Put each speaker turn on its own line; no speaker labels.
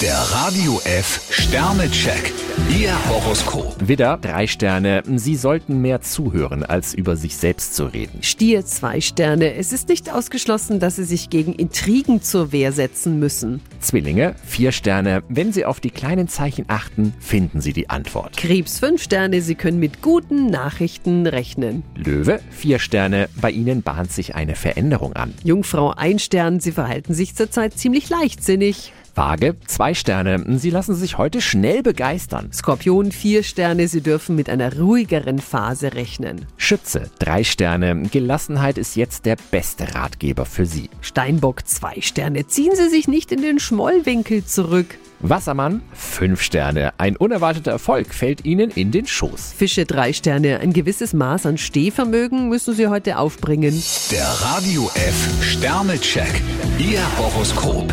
Der Radio F Sternecheck. Ihr Horoskop.
Widder, drei Sterne. Sie sollten mehr zuhören, als über sich selbst zu reden.
Stier zwei Sterne. Es ist nicht ausgeschlossen, dass Sie sich gegen Intrigen zur Wehr setzen müssen.
Zwillinge, vier Sterne. Wenn Sie auf die kleinen Zeichen achten, finden Sie die Antwort.
Krebs fünf Sterne. Sie können mit guten Nachrichten rechnen.
Löwe, vier Sterne. Bei Ihnen bahnt sich eine Veränderung an.
Jungfrau ein Stern. Sie verhalten sich zurzeit ziemlich leichtsinnig.
Waage, zwei Sterne. Sie lassen sich heute schnell begeistern.
Skorpion vier Sterne. Sie dürfen mit einer ruhigeren Phase rechnen.
Schütze, drei Sterne. Gelassenheit ist jetzt der beste Ratgeber für Sie.
Steinbock zwei Sterne. Ziehen Sie sich nicht in den Schmollwinkel zurück.
Wassermann, fünf Sterne. Ein unerwarteter Erfolg fällt Ihnen in den Schoß.
Fische drei Sterne. Ein gewisses Maß an Stehvermögen müssen Sie heute aufbringen.
Der Radio F Sternecheck. Ihr Horoskop.